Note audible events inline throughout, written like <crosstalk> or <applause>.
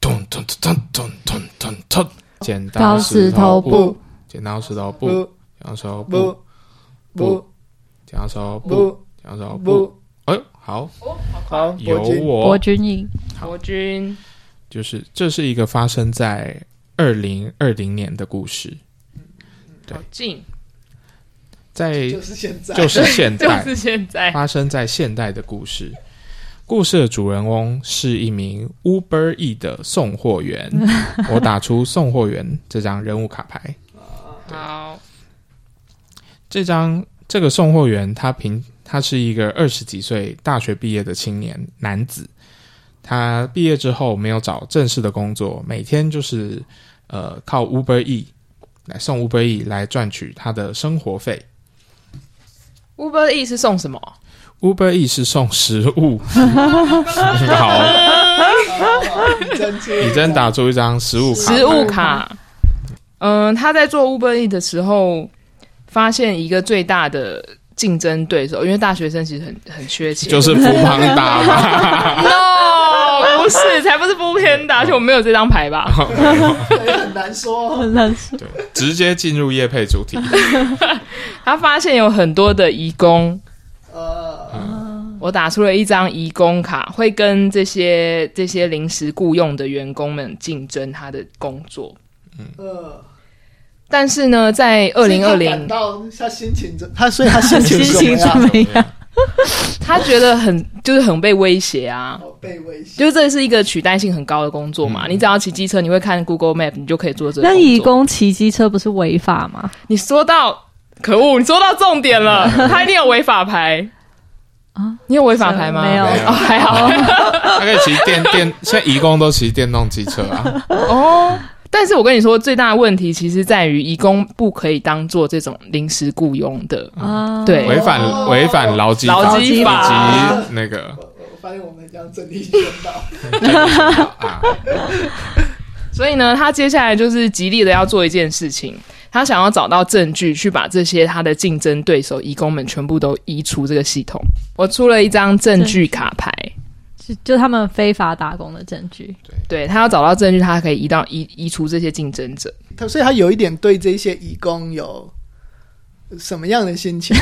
咚咚咚咚咚咚，剪刀刀石石头头布布，，剪刀石头布，不剪刀石头布，不不剪刀石头布，不剪刀石头布。不，哎，好，好，由国军我国军营，国军，就是这是一个发生在二零二零年的故事，对好 <laughs> 近，在是现在就是现 <laughs> 就代是现在，发生在现代的故事。故事的主人翁是一名 Uber E 的送货员，我打出送货员这张人物卡牌。好，这张这个送货员，他平他是一个二十几岁大学毕业的青年男子。他毕业之后没有找正式的工作，每天就是呃靠 Uber E 来送 Uber E 来赚取他的生活费。 Uber E 是送什么？ Uber E 是送食物， <laughs> 好，以真打出一张食物卡牌，食物卡。嗯，他在做 Uber E 的时候，发现一个最大的竞争对手，因为大学生其实很很缺钱，就是福庞达嘛。 no，<laughs> 不是，才不是不偏嗯打，而且我没有这张牌吧？很难说。很认识对，直接进入夜配主题。他发现有很多的移工，呃，我打出了一张移工卡，会跟这些这些临时雇佣的员工们竞争他的工作。呃，但是呢，在二零二所以他零感，到他心情怎，他所以他 <laughs> 心情心情怎怎么么样？样？他觉得很就是很被威胁啊，哦被威胁，就是这是一个取代性很高的工作嗯嘛。你只要骑机车，你会看 Google Map，你就可以做这个。那义，工骑机车不是违法吗？你说到可恶，你说到重点了，嗯他一定有违法牌啊！你有违法牌吗？没有没有哦，还好。 <laughs> 他可以骑电电，现在移工都骑电动机车啊。哦，但是我跟你说，最大的问题其实在于，移工不可以当做这种临时雇佣的。啊，对违反违反劳基法劳以基及法那个我我发现我们这样整理圈到，啊，所以呢，他接下来就是极力的要做一件事情，他想要找到证据去把这些他的竞争对手移工们全部都移出这个系统。我出了一张证据卡牌，就就他们非法打工的证 <laughs> 据。对他要找到证据，他可以移到移移除这些竞争者。 <laughs> 他所以他有一点对这些义工有什么样的心情？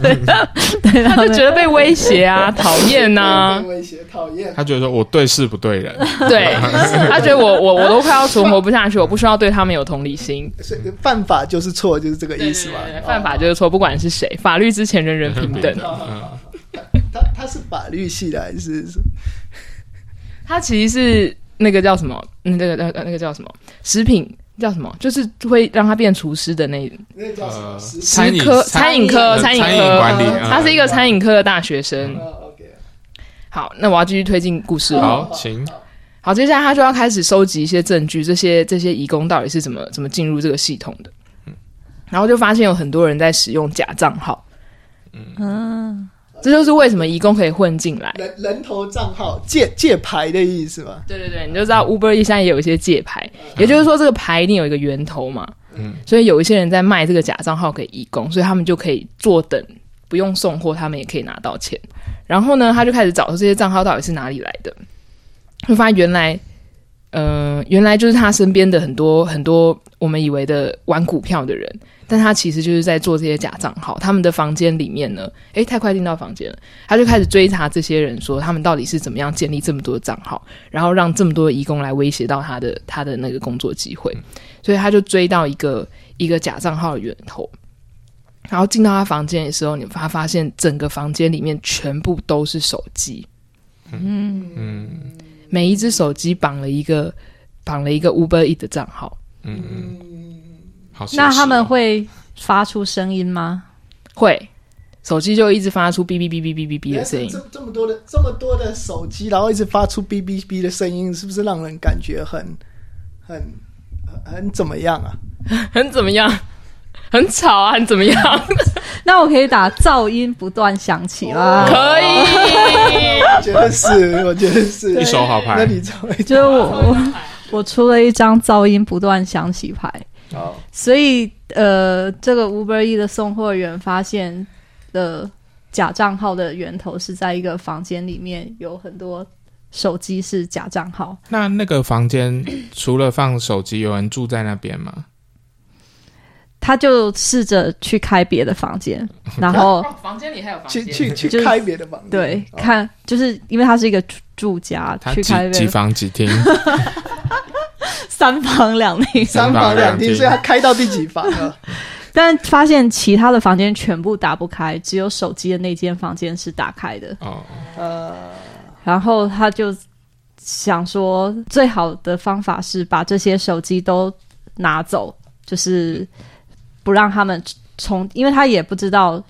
对，他他就们觉得被威胁 <laughs> 啊，讨厌啊呐被，威胁，讨厌。他觉得说我对事不对人，对他觉得我我我都快要 <laughs> 存活不下去，我不需要对他们有同理心。所以犯法就是错，就是这个意思嘛对对对。哦犯法就是说，不管是谁，法律之前人人平等。嗯，他他是法律系的还是它其实是那个叫什么？嗯，那个那那个叫什么？食品叫什么？就是会让它变厨师的那那个叫什么呃实习？餐饮科餐餐饮科餐餐饮饮科管理，哦嗯他是一个餐饮科的大学生。呃，OK，好，那我要继续推进故事嗯了。好，行，好，接下来他就要开始收集一些证据，这些这些移工到底是怎么怎么进入这个系统的。嗯然后就发现有很多人在使用假账号， <laughs> 嗯，这就是为什么移工可以混进来。人人头账号借借牌的意思嘛？对对对，你就知道 Uber E 现在也有一些借牌，也就是说这个牌一定有一个源头嘛。嗯所以有一些人在卖这个假账号给义工，所以他们就可以坐等，不用送货，他们也可以拿到钱。然后呢，他就开始找出这些账号到底是哪里来的，会发现原来，呃，原来就是他身边的很多很多我们以为的玩股票的人，但他其实就是在做这些假账号。他们的房间里面呢，诶，太快进到房间了，他就开始追查这些人，说他们到底是怎么样建立这么多账号，然后让这么多的义工来威胁到他的他的那个工作机嗯会，所以他就追到一个一个假账号的源头。然后进到他房间的时候，你发发现整个房间里面全部都是手机，嗯每一只手机绑了一个绑了一个 Uber E 的账号，嗯嗯，好，那他们谢谢会发出声音吗？会手机就一直发出哔哔哔哔哔哔哔的 <laughs> 声音这。哎这么多的这么多的手机，然后一直发出哔哔哔的声音，是不是让人感觉很很很很怎么样 <laughs> 啊？很怎么样？很吵啊，很怎么样？哦那我可以打噪音不断响起啦。可以。我觉得是，我觉得是一手好那牌，你怎么就是我我我出了一张噪音不断响起牌，哦好所以呃，这个 Uber E 的送货员发现的假账号的源头是在一个房间里面有很多手机是假账号。那那个房间除了放手机，有人住在那边吗？他就试着去开别的 <laughs> 房间，然后哦，房间里还有房去间，去就去是开别的房间，对哦看，就是因为他是一个住住家，他去几开别几的房几厅？三房两厅，三房房两两厅厅，啊所以他开到第几房 <laughs> 啊了？但发现其他的房间全部打不开，只有手机的那间房间是打开的。哦，呃，然后他就想说，最好的方法是把这些手机都拿走，就是不让他们从，因为他也不知道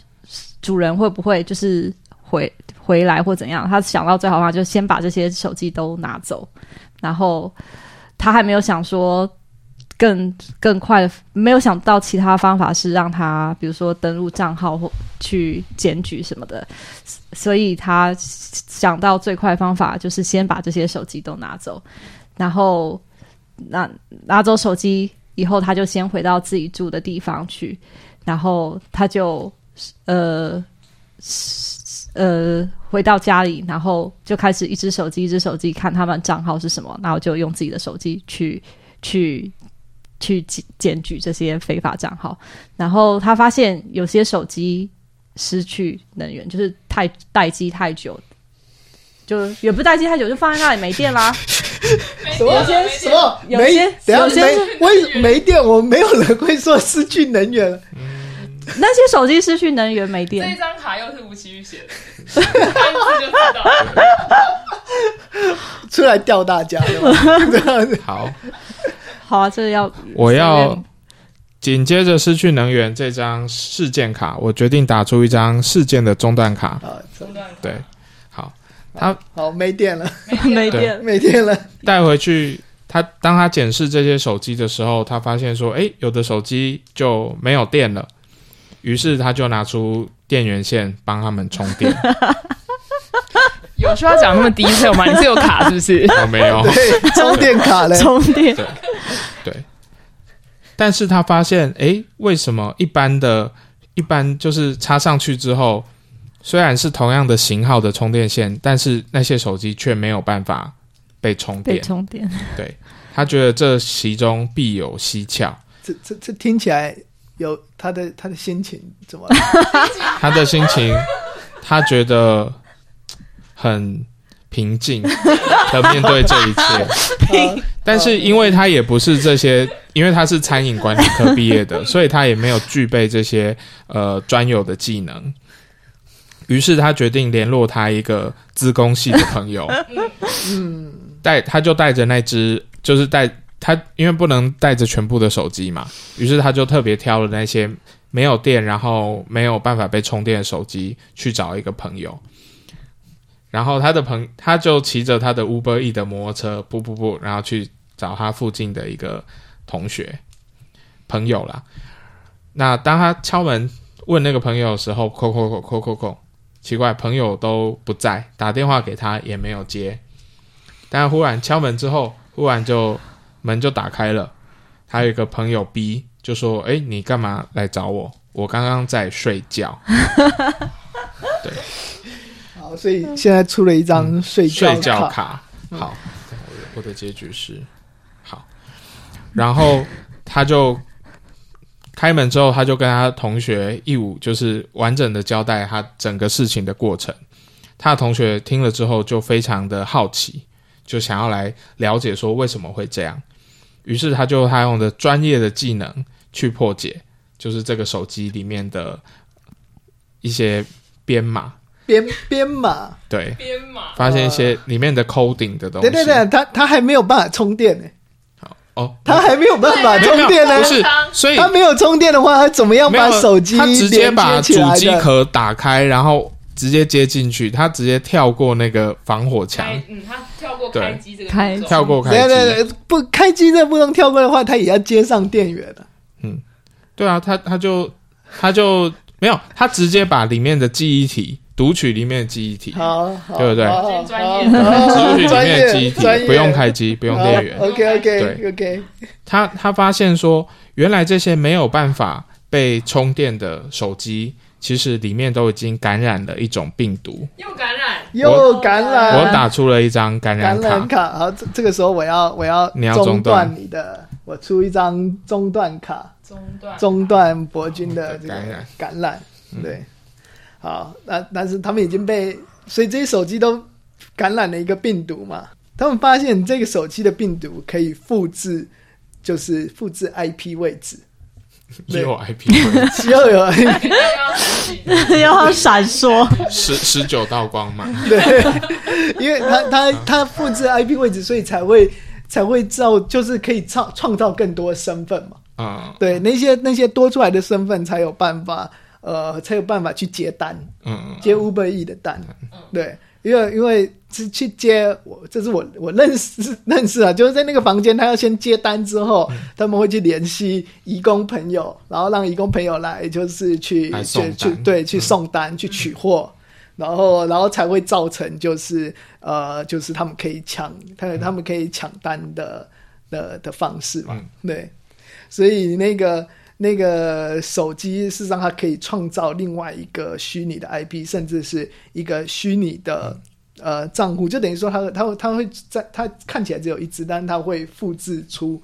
主人会不会就是回回来或怎样。他想到最好的方法，就先把这些手机都拿走，然后他还没有想说。更更快的，没有想到其他方法是让他，比如说登录账号或去检举什么的，所以他想到最快方法就是先把这些手机都拿走，然后拿拿走手机以后，他就先回到自己住的地方去，然后他就呃呃回到家里，然后就开始一只手机一只手机看他们账号是什么，然后就用自己的手机去去。去检检举这些非法账号，然后他发现有些手机失去能源，就是太待机太久，就也不待机太久，就放在那里没电 <laughs> 啦。什么什么有没些？等有一些下没为没电，我没有人会说失去能源了。那些手机失去能源没这一电，张卡又是吴奇玉写的，看字就知道了。出来吊大 <laughs> 家了，这样子好，好啊，这要我要随便紧接着失去能源这张事件卡，我决定打出一张事件的中断卡。啊，这中断卡对，好，他好没电了， <laughs> 没对电，没电了，带回去，他当他检视这些手机的时候，他发现说，诶，有的手机就没有电了，于是他就拿出电源线帮他们充 <laughs> 电。有需要讲那么 detail 吗？你是有卡是不是？我哦没有，对，充电卡了，充电对对。但是他发现，诶，为什么一般的，一般就是插上去之后，虽然是同样的型号的充电线，但是那些手机却没有办法被充被电。充电， <laughs> 他觉得这其中必有蹊跷。这这这听起来有他的他的心情怎么？啊他的心情，他觉得很平静的面对这一切。但是因为他也不是这些，因为他是餐饮管理科毕业的，所以他也没有具备这些呃专有的技能。于是他决定联络他一个资工系的朋友，嗯，带他就带着那只，就是带他，因为不能带着全部的手机嘛，于是他就特别挑了那些没有电，然后没有办法被充电的手机去找一个朋友。然后他的朋，他就骑着他的 Uber E 的摩托车，不不不，然后去找他附近的一个同学朋友啦。那当他敲门问那个朋友的时候，扣扣扣扣扣扣，奇怪，朋友都不在，打电话给他也没有接。但忽然敲门之后，忽然就门就打开了，他有一个朋友 B 就说：“哎、你干嘛来找我？我刚刚在睡觉。好，所以现在出了一张睡嗯睡觉觉，卡。好，我的我的结局是好，然后他就开门之后，他就跟他同学一五就是完整的交代他整个事情的过程。他的同学听了之后就非常的好奇，就想要来了解说为什么会这样。于是他就他用的专业的技能去破解，就是这个手机里面的一些编码。编编码，对，编码发现一些里面的 coding 的东西。对对对，他他还没有办法充电呢，哦，他还没有办法没有充电呢不，是，所以他没有充电的话，他怎么样没有把手机他直接把连接主起来机的？壳打开，然后直接接进去，他直接跳过那个防火墙，开，嗯，他跳过开机这个步骤开机跳过对开对机。对，不开机这不能跳过的话，他也要接上电源的。对啊，他他就他就没有，他直接把里面的记忆体读取里面的记忆体，好，好对不对好先专业好好读取里专面的记业忆专体，业不用开机，不用电源。 OK OK OK，他他发现说，原来这些没有办法被充电的手机，其实里面都已经感染了一种病毒。又感染，又感染，我打出了一张感呃感染染卡，卡。好，这这个时候我要我要你要中中断断你的，我出一张中断卡，中断，中断博君的这个感染嗯感染。对，好，那但是他们已经被，所以这些手机都感染了一个病毒嘛。他们发现这个手机的病毒可以复制，就是复制 IP 位置，又有 IP 位置又有 <laughs> 又要闪烁， <laughs> 十十九道光嘛，因为他他啊他复制 IP 位置，所以才会才会造，就是可以创创造更多身份嘛。嗯对，那些那些多出来的身份才有办法，呃，才有办法去接单，嗯，接 Uber E 的单。对，因为因为是去接我，这是我我认识 <laughs> 认识啊，就是在那个房间，他要先接单之后，嗯他们会去联系义工朋友，然后让义工朋友来，就是去来送去单嗯去对去送单、去取货。然后，然后才会造成就是呃，就是他们可以抢，他们他们可以抢单的的的方式嘛，嗯对，所以那个那个手机事实上它可以创造另外一个虚拟的 IP，甚至是一个虚拟的、呃账户，就等于说它它它会在它看起来只有一只，但它会复制出。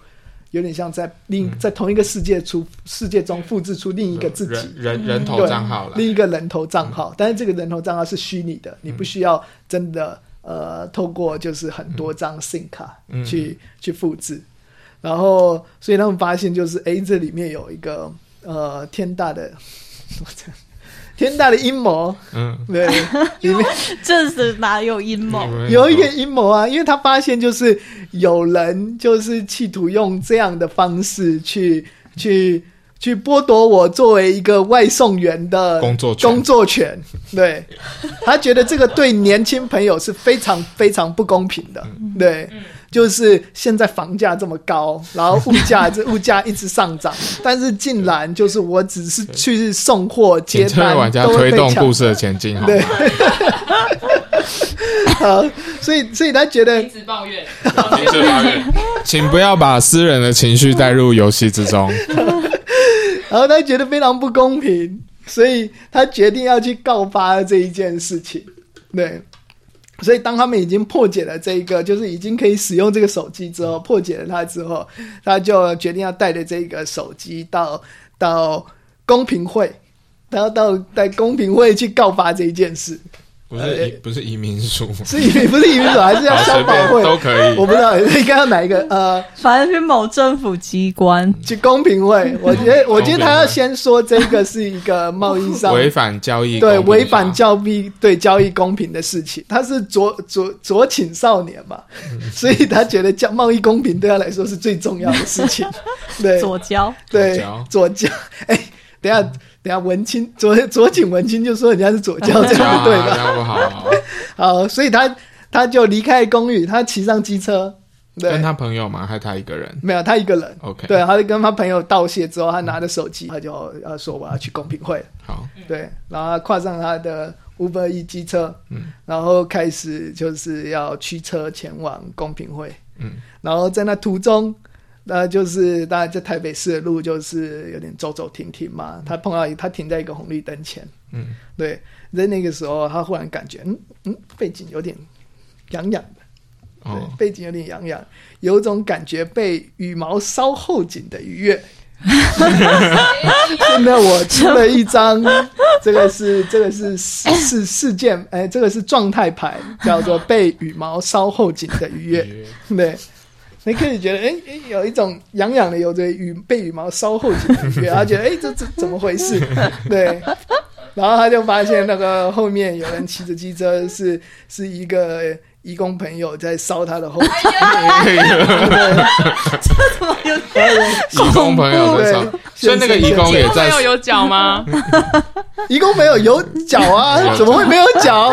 有点像在另在同一个世界出世界中复制出另一个自己，人人人头对账号了，嗯另一个人头账号，但是这个人头账号是虚拟的，你不需要真的呃透过就是很多张 SIM 卡嗯去、去复制，然后所以他们发现就是哎、诶这里面有一个呃天大的天大的阴谋，嗯，对， <laughs> 里面这是哪有阴谋？哦有一个阴谋啊，因为他发现就是有人就是企图用这样的方式去去去剥夺我作为一个外送员的工作权工作权，对他觉得这个对年轻朋友是非常非常不公平的，嗯对。就是现在房价这么高，然后物价 <laughs> 这物价一直上涨，但是竟然就是我只是去送货接请这位单，玩家都会推被动抢故事的前进，好吗对？好，所以所以他觉得停止抱怨，停止抱怨， <laughs> 请不要把私人的情绪带入游戏之 <laughs> 中。然后他觉得非常不公平，所以他决定要去告发这一件事情。对，所以当他们已经破解了这一个，就是已经可以使用这个手机之后，破解了它之后，他就决定要带着这个手机到到公平会，然后到在公平会去告发这一件事。不是移不是移民署，是移不是移民署，还是要好消啊随保便会？都 <laughs> 可以我。不知道应该要哪一个呃。反正是某政府机关，去公平会，我觉得，我觉得他要公平会先说这个是一个贸易上违反交易公对平法违反交易对交易公平的事情，他是左左左倾少年嘛，嗯所以他觉得交贸易公平对他来说是最重要的事 <laughs> 情。对左交，对左交，哎、等一下等一下文青左左倾文青就说人家是左交，这样啊不对吧？这样不好。好，所以他他就离开公寓，他骑上机车， <laughs> 对跟，他朋友吗？还他一个人没有他一个人。 ？OK，对，，他就跟他朋友道谢之后，他拿着手机，他就呃说我要去公平会了。好，对，然后他跨上他的 Uber E 机车，嗯然后开始就是要驱车前往公平会，嗯，然后在那途中，那就是当然在台北市的路就是有点走走停停嘛，他碰到一他停在一个红绿灯前，嗯，对，在那个时候他忽然感觉，嗯嗯，背景有点痒痒的，对，哦，背景有点痒痒，有种感觉被羽毛烧后颈的愉悦。现在我出了一张，这个是这个是事事事件，哎、这个是状态牌，叫做被羽毛烧后颈的愉悦。 <laughs> 对，你可以觉得，哎、哎，有一种痒痒的，有着羽被羽毛烧后颈的愉悦，他觉得，哎、这这怎么回事？ <laughs> 对，然后他就发现那个后面有人骑着机车是，是一个义工朋友在烧他的后颈，怎么有义工朋友在对上，，所以那个义工也我朋在友有脚 <laughs> 吗？义工朋友有脚啊，怎么会没有脚？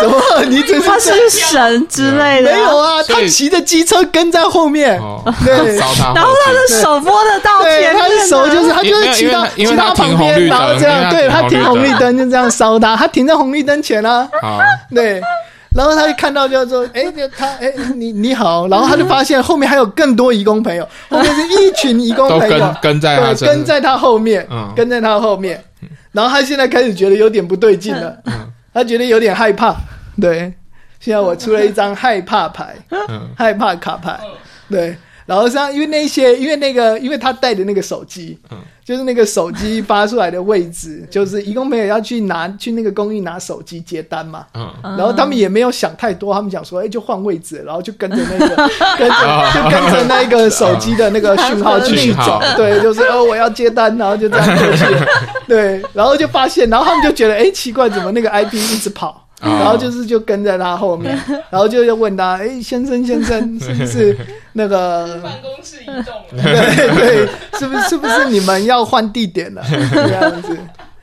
什么？你只是他是神之类的没啊？有啊？所他以骑着机车跟在后面，哦，对烧他后颈，然后他的手摸得到对，前他的面手就是呢他就是骑到因为因为骑因到为他旁停红边，绿然后灯这样，因对为他他停停红红绿绿灯就这样烧他，他停在红绿灯前啊，好， <laughs> 对。然后他就看到 <laughs> 叫做，哎，就他，哎，你你好，然后他就发现后面还有更多义工朋 <laughs> 友，后面是一群义工都朋友跟，跟在他对，身，跟在他后面，嗯跟在他后面。然后他现在开始觉得有点不对劲了，嗯他觉得有点害怕。对，现在我出了一张害怕牌， <laughs> 嗯害怕卡牌。对，然后啊像因为那些，因为那个，因为他带的那个手机，嗯就是那个手机发出来的位置，就是义工朋友要去拿去那个公寓拿手机接单嘛。嗯，然后他们也没有想太多，他们讲说，哎，就换位置，然后就跟着那个，跟着就跟着那个手机的那个讯号去讯走号，对，就是哦，我要接单，然后就这样过去，对，然后就发现，然后他们就觉得，哎，奇怪，怎么那个 IP 一直跑？哦然后就是就跟在他后面，然后就就问他，哎，先生先生，是不是那个办公室移动了。对对，是不是是不是你们要换地点了？这样子，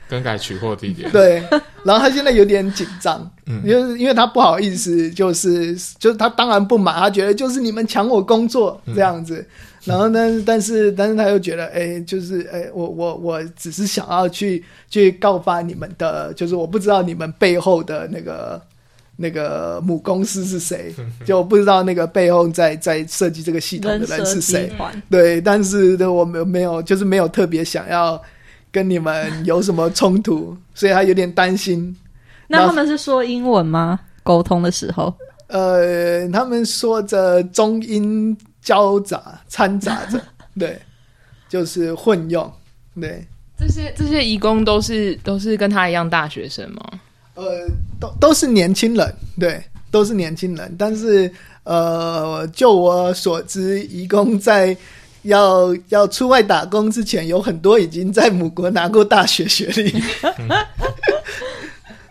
更改取货地点，对，然后他现在有点紧张，嗯就是因为他不好意思，就是就是他当然不满，他觉得就是你们抢我工作这样子。然后呢，但是但是他又觉得，哎，就是哎，我我我只是想要去去告发你们的，就是我不知道你们背后的那个那个母公司是谁，就我不知道那个背后在在设计这个系统的人蛇是谁集。团，对，但是呢我们没有，就是没有特别想要跟你们有什么冲突，所以他有点担心。那他们是说英文吗？沟通的时候，哦呃，他们说着中英交杂掺杂着，对，就是混用，对，这些这些义工都是都是跟他一样大学生吗？呃，都都是年轻人，对，都是年轻人，但是呃，就我所知，移工在。要要出外打工之前，有很多已经在母国拿过大学学历，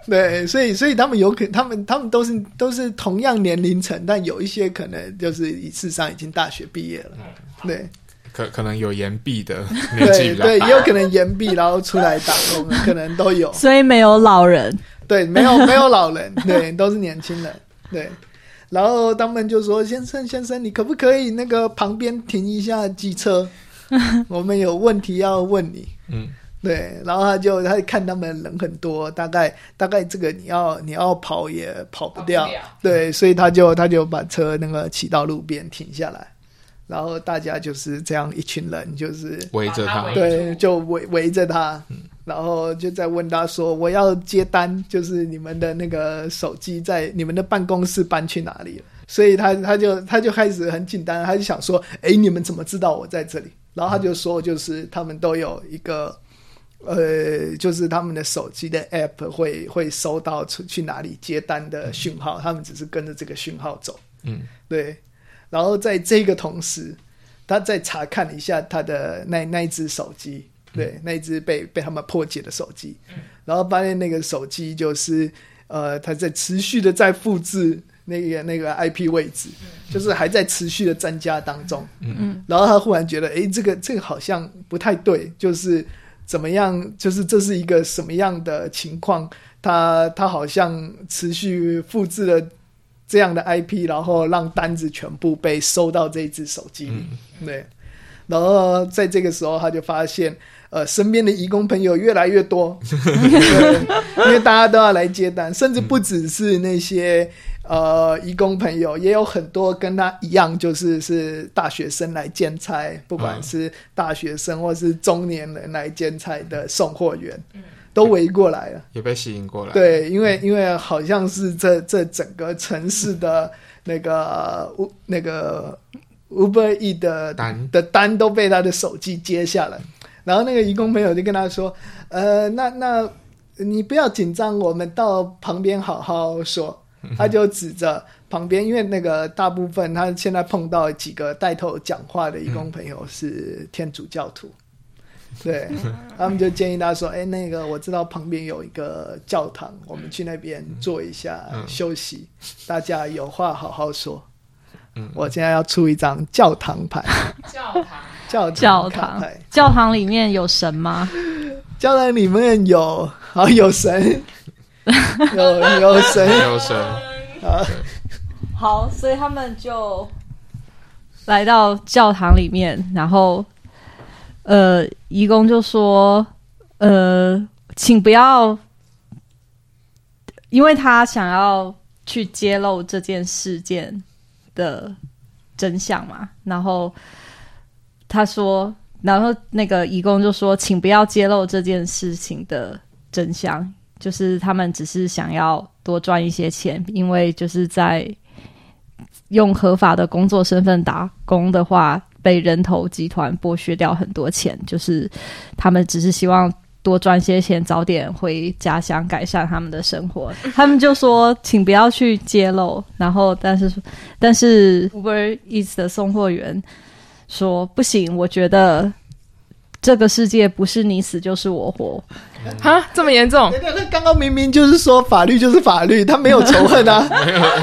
对，所以所以他们有可，他们他们都是都是同样年龄层，但有一些可能就是事实上已经大学毕业了，对可可能有岩壁的年纪对比较对，大也有可能延毕然后出来打工，可能 <laughs> 都有。所以没有老人， <laughs> 对，没有没有老 <laughs> 人，对，都是年轻人，对。然后他们就说：“先生，先生，你可不可以那个旁边停一下机 <laughs> 车？我们有问题要问你。嗯”对，然后他就他看他们人很多，大概大概这个你要你要跑也跑不掉，跑不了对，所以他就他就把车那个骑到路边停下来，然后大家就是这样一群人就是围着把他他，围对，就围围着他，然后就在问他说：“我要接单，就是你们的那个手机在你们的办公室搬去哪里了？”所以他他就他就开始很紧张，他就想说：“哎，你们怎么知道我在这里？”然后他就说：“就是他们都有一个。”呃，就是他们的手机的 app 会会收到出去哪里接单的讯号，他们只是跟着这个讯号走。嗯，对，然后在这个同时，他再查看了一下他的那那一只手机，对，那一只被被他们破解的手机，然后发现那个手机就是呃，他在持续的在复制那个那个 IP 位置，就是还在持续的增加当中，嗯，然后他忽然觉得，诶，这个这个好像不太对，就是。怎么样？就是这是一个什么样的情况？他他好像持续复制了这样的 IP，然后让单子全部被收到这一只手机里。对，然后在这个时候，他就发现，呃，身边的移工朋友越来越多，对因为大家都要来接单，甚至不只是那些呃移工朋友，也有很多跟他一样，就是是大学生来兼差，不管嗯是大学生或是中年人来兼差的送货员，都围过来了。也被吸引过来，，对，因为因为好像是这这整个城市的那个乌那个 Uber E 的单的单都被他的手机接下来，然后那个义工朋友就跟他说，呃，那那你不要紧张，我们到旁边好好说。嗯他就指着旁边，因为那个大部分他现在碰到几个带头讲话的义工朋友是天主 <laughs> 教徒，对，他们就建议他说：“哎、那个我知道旁边有一个教堂，我们去那边坐一下、嗯休息，大家有话好好说。”嗯我现在要出一张教 <laughs> 堂牌，教堂教教堂堂牌，教堂里面有神吗？教堂里面有好有 <laughs> 神，有有神有神，啊，好，所以他们就来到教堂里面，然后呃，义工就说：“呃，请不要，因为他想要去揭露这件事件的真相嘛。”然后他说，然后那个义工就说：“请不要揭露这件事情的真相，就是他们只是想要多赚一些钱，因为就是在用合法的工作身份打工的话，被人头集团剥削掉很多钱，就是他们只是希望。多赚些钱，早点回家乡改善他们的生活。他们就说，请不要去揭露。然后，但是，但是 Uber Eats 的送货员说不行，我觉得这个世界不是你死就是我活。 <laughs> 哈，这么严重？那那刚刚明明就是说法律就是法律，他没有仇恨 <laughs> 啊，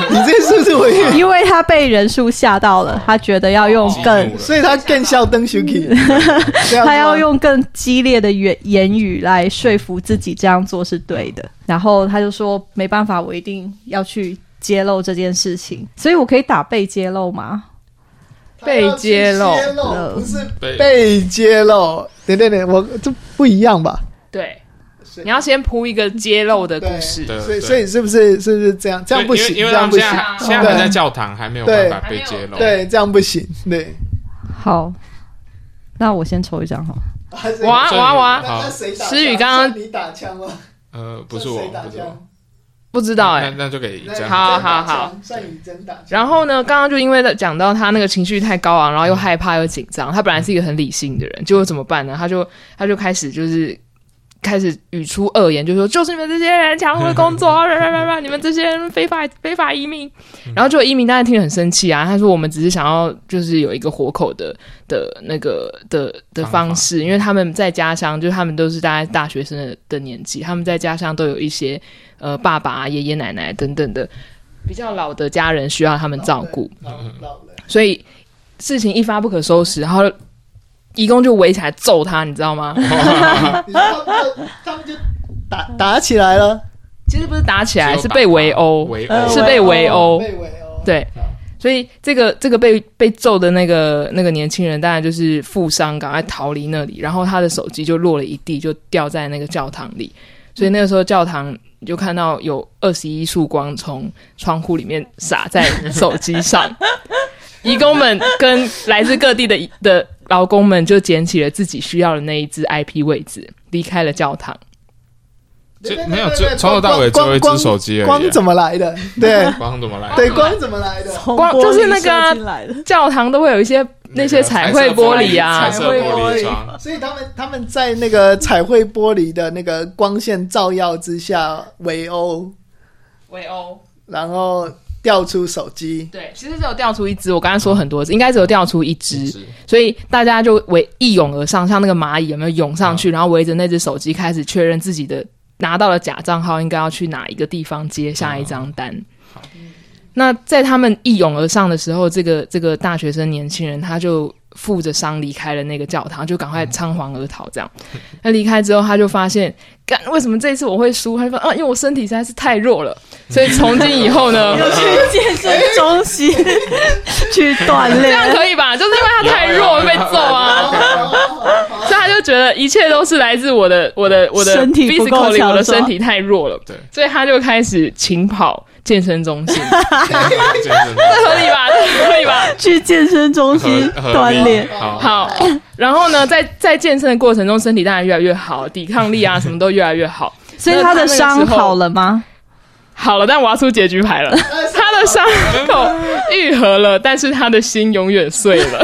你这是不是违约？因为他被人数吓到了，他觉得要用更，所以他更笑登 Shuki， <laughs> 他要用更激烈的言言语来说服自己这样做是对的。然后他就说没办法，我一定要去揭露这件事情。所以我可以打被揭露吗？被揭露他要去揭露不是被被揭露。等等等，我这不一样吧？对，你要先铺一个揭露的故事。对所以所以是不是是不是这样？这样不行，因为这因为他样们不现行在，还现在还在教堂，还没有办法被揭露。，对，这样不行，对。好，那我先抽一张哈。哇哇那哇！那谁打枪？诗雨刚刚是你打枪吗？呃，不是我，算谁打不是我枪，不知道哎、那那就给一那张。好真打枪好好，算你真打枪。然后呢，刚刚就因为讲到他那个情绪太高昂，然后又害怕又紧张，他本来是一个很理性的人，结果怎么办呢？他就他就开始就是开始语出恶言，就说就是你们这些人抢我的工作，啊啦啦啦啦，你们这些人非法非法移民。然后就移民当然听得很生气啊，他说我们只是想要就是有一个活口的的那个的的方法方式，因为他们在家乡，就是他们都是大概大学生的的年纪，他们在家乡都有一些呃爸爸、啊、爷爷奶奶等等的。比较老的家人需要他们照顾，老人，老 <laughs> 老人，所以事情一发不可收拾，然后义工就围起来揍他，你知道吗？你说他们就他们就打打起来了，其实不是打起来，只有是打被他围殴。围呃殴是被围殴被围殴，对，所以这个这个被被揍的那个那个年轻人，当然就是负伤，赶快逃离那里。然后他的手机就落了一地，就掉在那个教堂里。所以那个时候教堂你就看到有二十一束光从窗户里面洒在手机上。 <laughs> 义工们跟来自各地的的劳工们就捡起了自己需要的那一只 IP 位置，离开了教堂。就对对对没有对就对从头到尾只有一只手机而已啊光怎么来的？ <laughs> 对光怎么来？对，光怎么来的？光就是那个啊进来的，教堂都会有一些那些彩绘玻璃啊彩，色玻璃窗，所以他们他们在那个彩绘玻璃的那个光线照耀之下围殴，围殴。然后掉出手机，对，其实只有掉出一只，我刚刚说很多只，应该只有掉出一只，是所以大家就围一涌而上，像那个蚂蚁有没有涌上去，然后围着那只手机开始确认自己的拿到了假账号，应该要去哪一个地方接下一张单。好那在他们一涌而上的时候，这个这个大学生年轻人他就负着伤离开了那个教堂，就赶快仓皇而逃。这样，那离开之后，他就发现，干为什么这一次我会输？他就说，啊，因为我身体实在是太弱了，所以从今以后呢，去健身中心 <laughs> 去锻这样。可以吧？就是因为他太弱有有有被揍啊，所以他就觉得一切都是来自我的我的我的身体不够 physically 强我的身体太弱了，对所以他就开始勤跑健身中心， <laughs> 真 <laughs> 的这 <laughs> 合理吧？这合理吧？ <laughs> 去健身中合合理。 <laughs> 好， <laughs> 好，然后呢，在在健身的过程中，身体当然越来越好，抵抗力啊什么都越来越好。所以他的伤好了吗？好了，但我要出结局 <laughs> 牌了。他的伤口愈合了，但是他的心永远碎 <laughs> 了。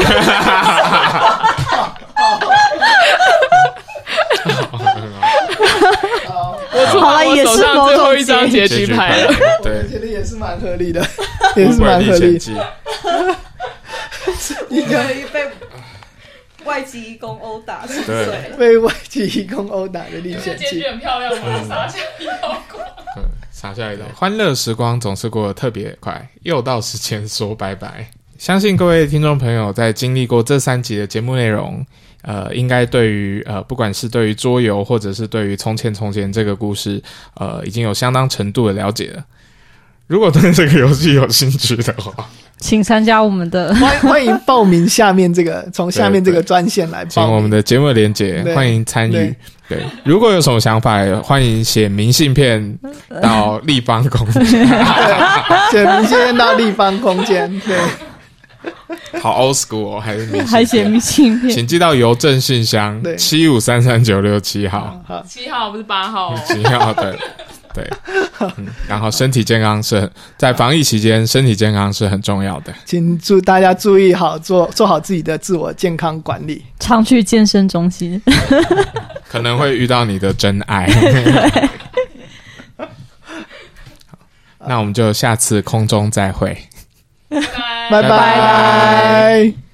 我出好了我也手是上某最种后一张结结局牌了。，我 <laughs> 对，觉得也是蛮合理的，也是蛮合理前。妻，你就被外籍义工殴打是对，被外籍义工殴打的历险记，很漂亮吗？撒下一道光。嗯撒下一道。欢乐时光总是过得特别快，又到时间说拜拜。 <laughs> 相信各位听众朋友在经历过这三集的节目内容，呃，应该对于呃，不管是对于桌游，或者是对于《从前从前》这个故事，呃，已经有相当程度的了解了。如果对这个游戏有兴趣的 <laughs> 话，请参加我们的 <laughs> 欢欢迎报名下面这个，从下面这个专线来请报我们名。的节目连结，对欢迎参与对。对，如果有什么想法，欢迎写明信片 <laughs> 到立方公司。对，选民现在到立方空间，对，好 old school，、哦、还是明信片还写明信 <laughs> 片，请寄到邮政信箱对七五三三九六七号，好，七号不是八号 <laughs> 哦。七号对对、嗯然后身体健康是很在防疫期间，身体健康是很重要的。请祝大家注意好做做好自己的自我健康管理。常去健身中心。可能会遇到你的真爱。 <laughs> 好，那我们就下次空中再会。拜拜拜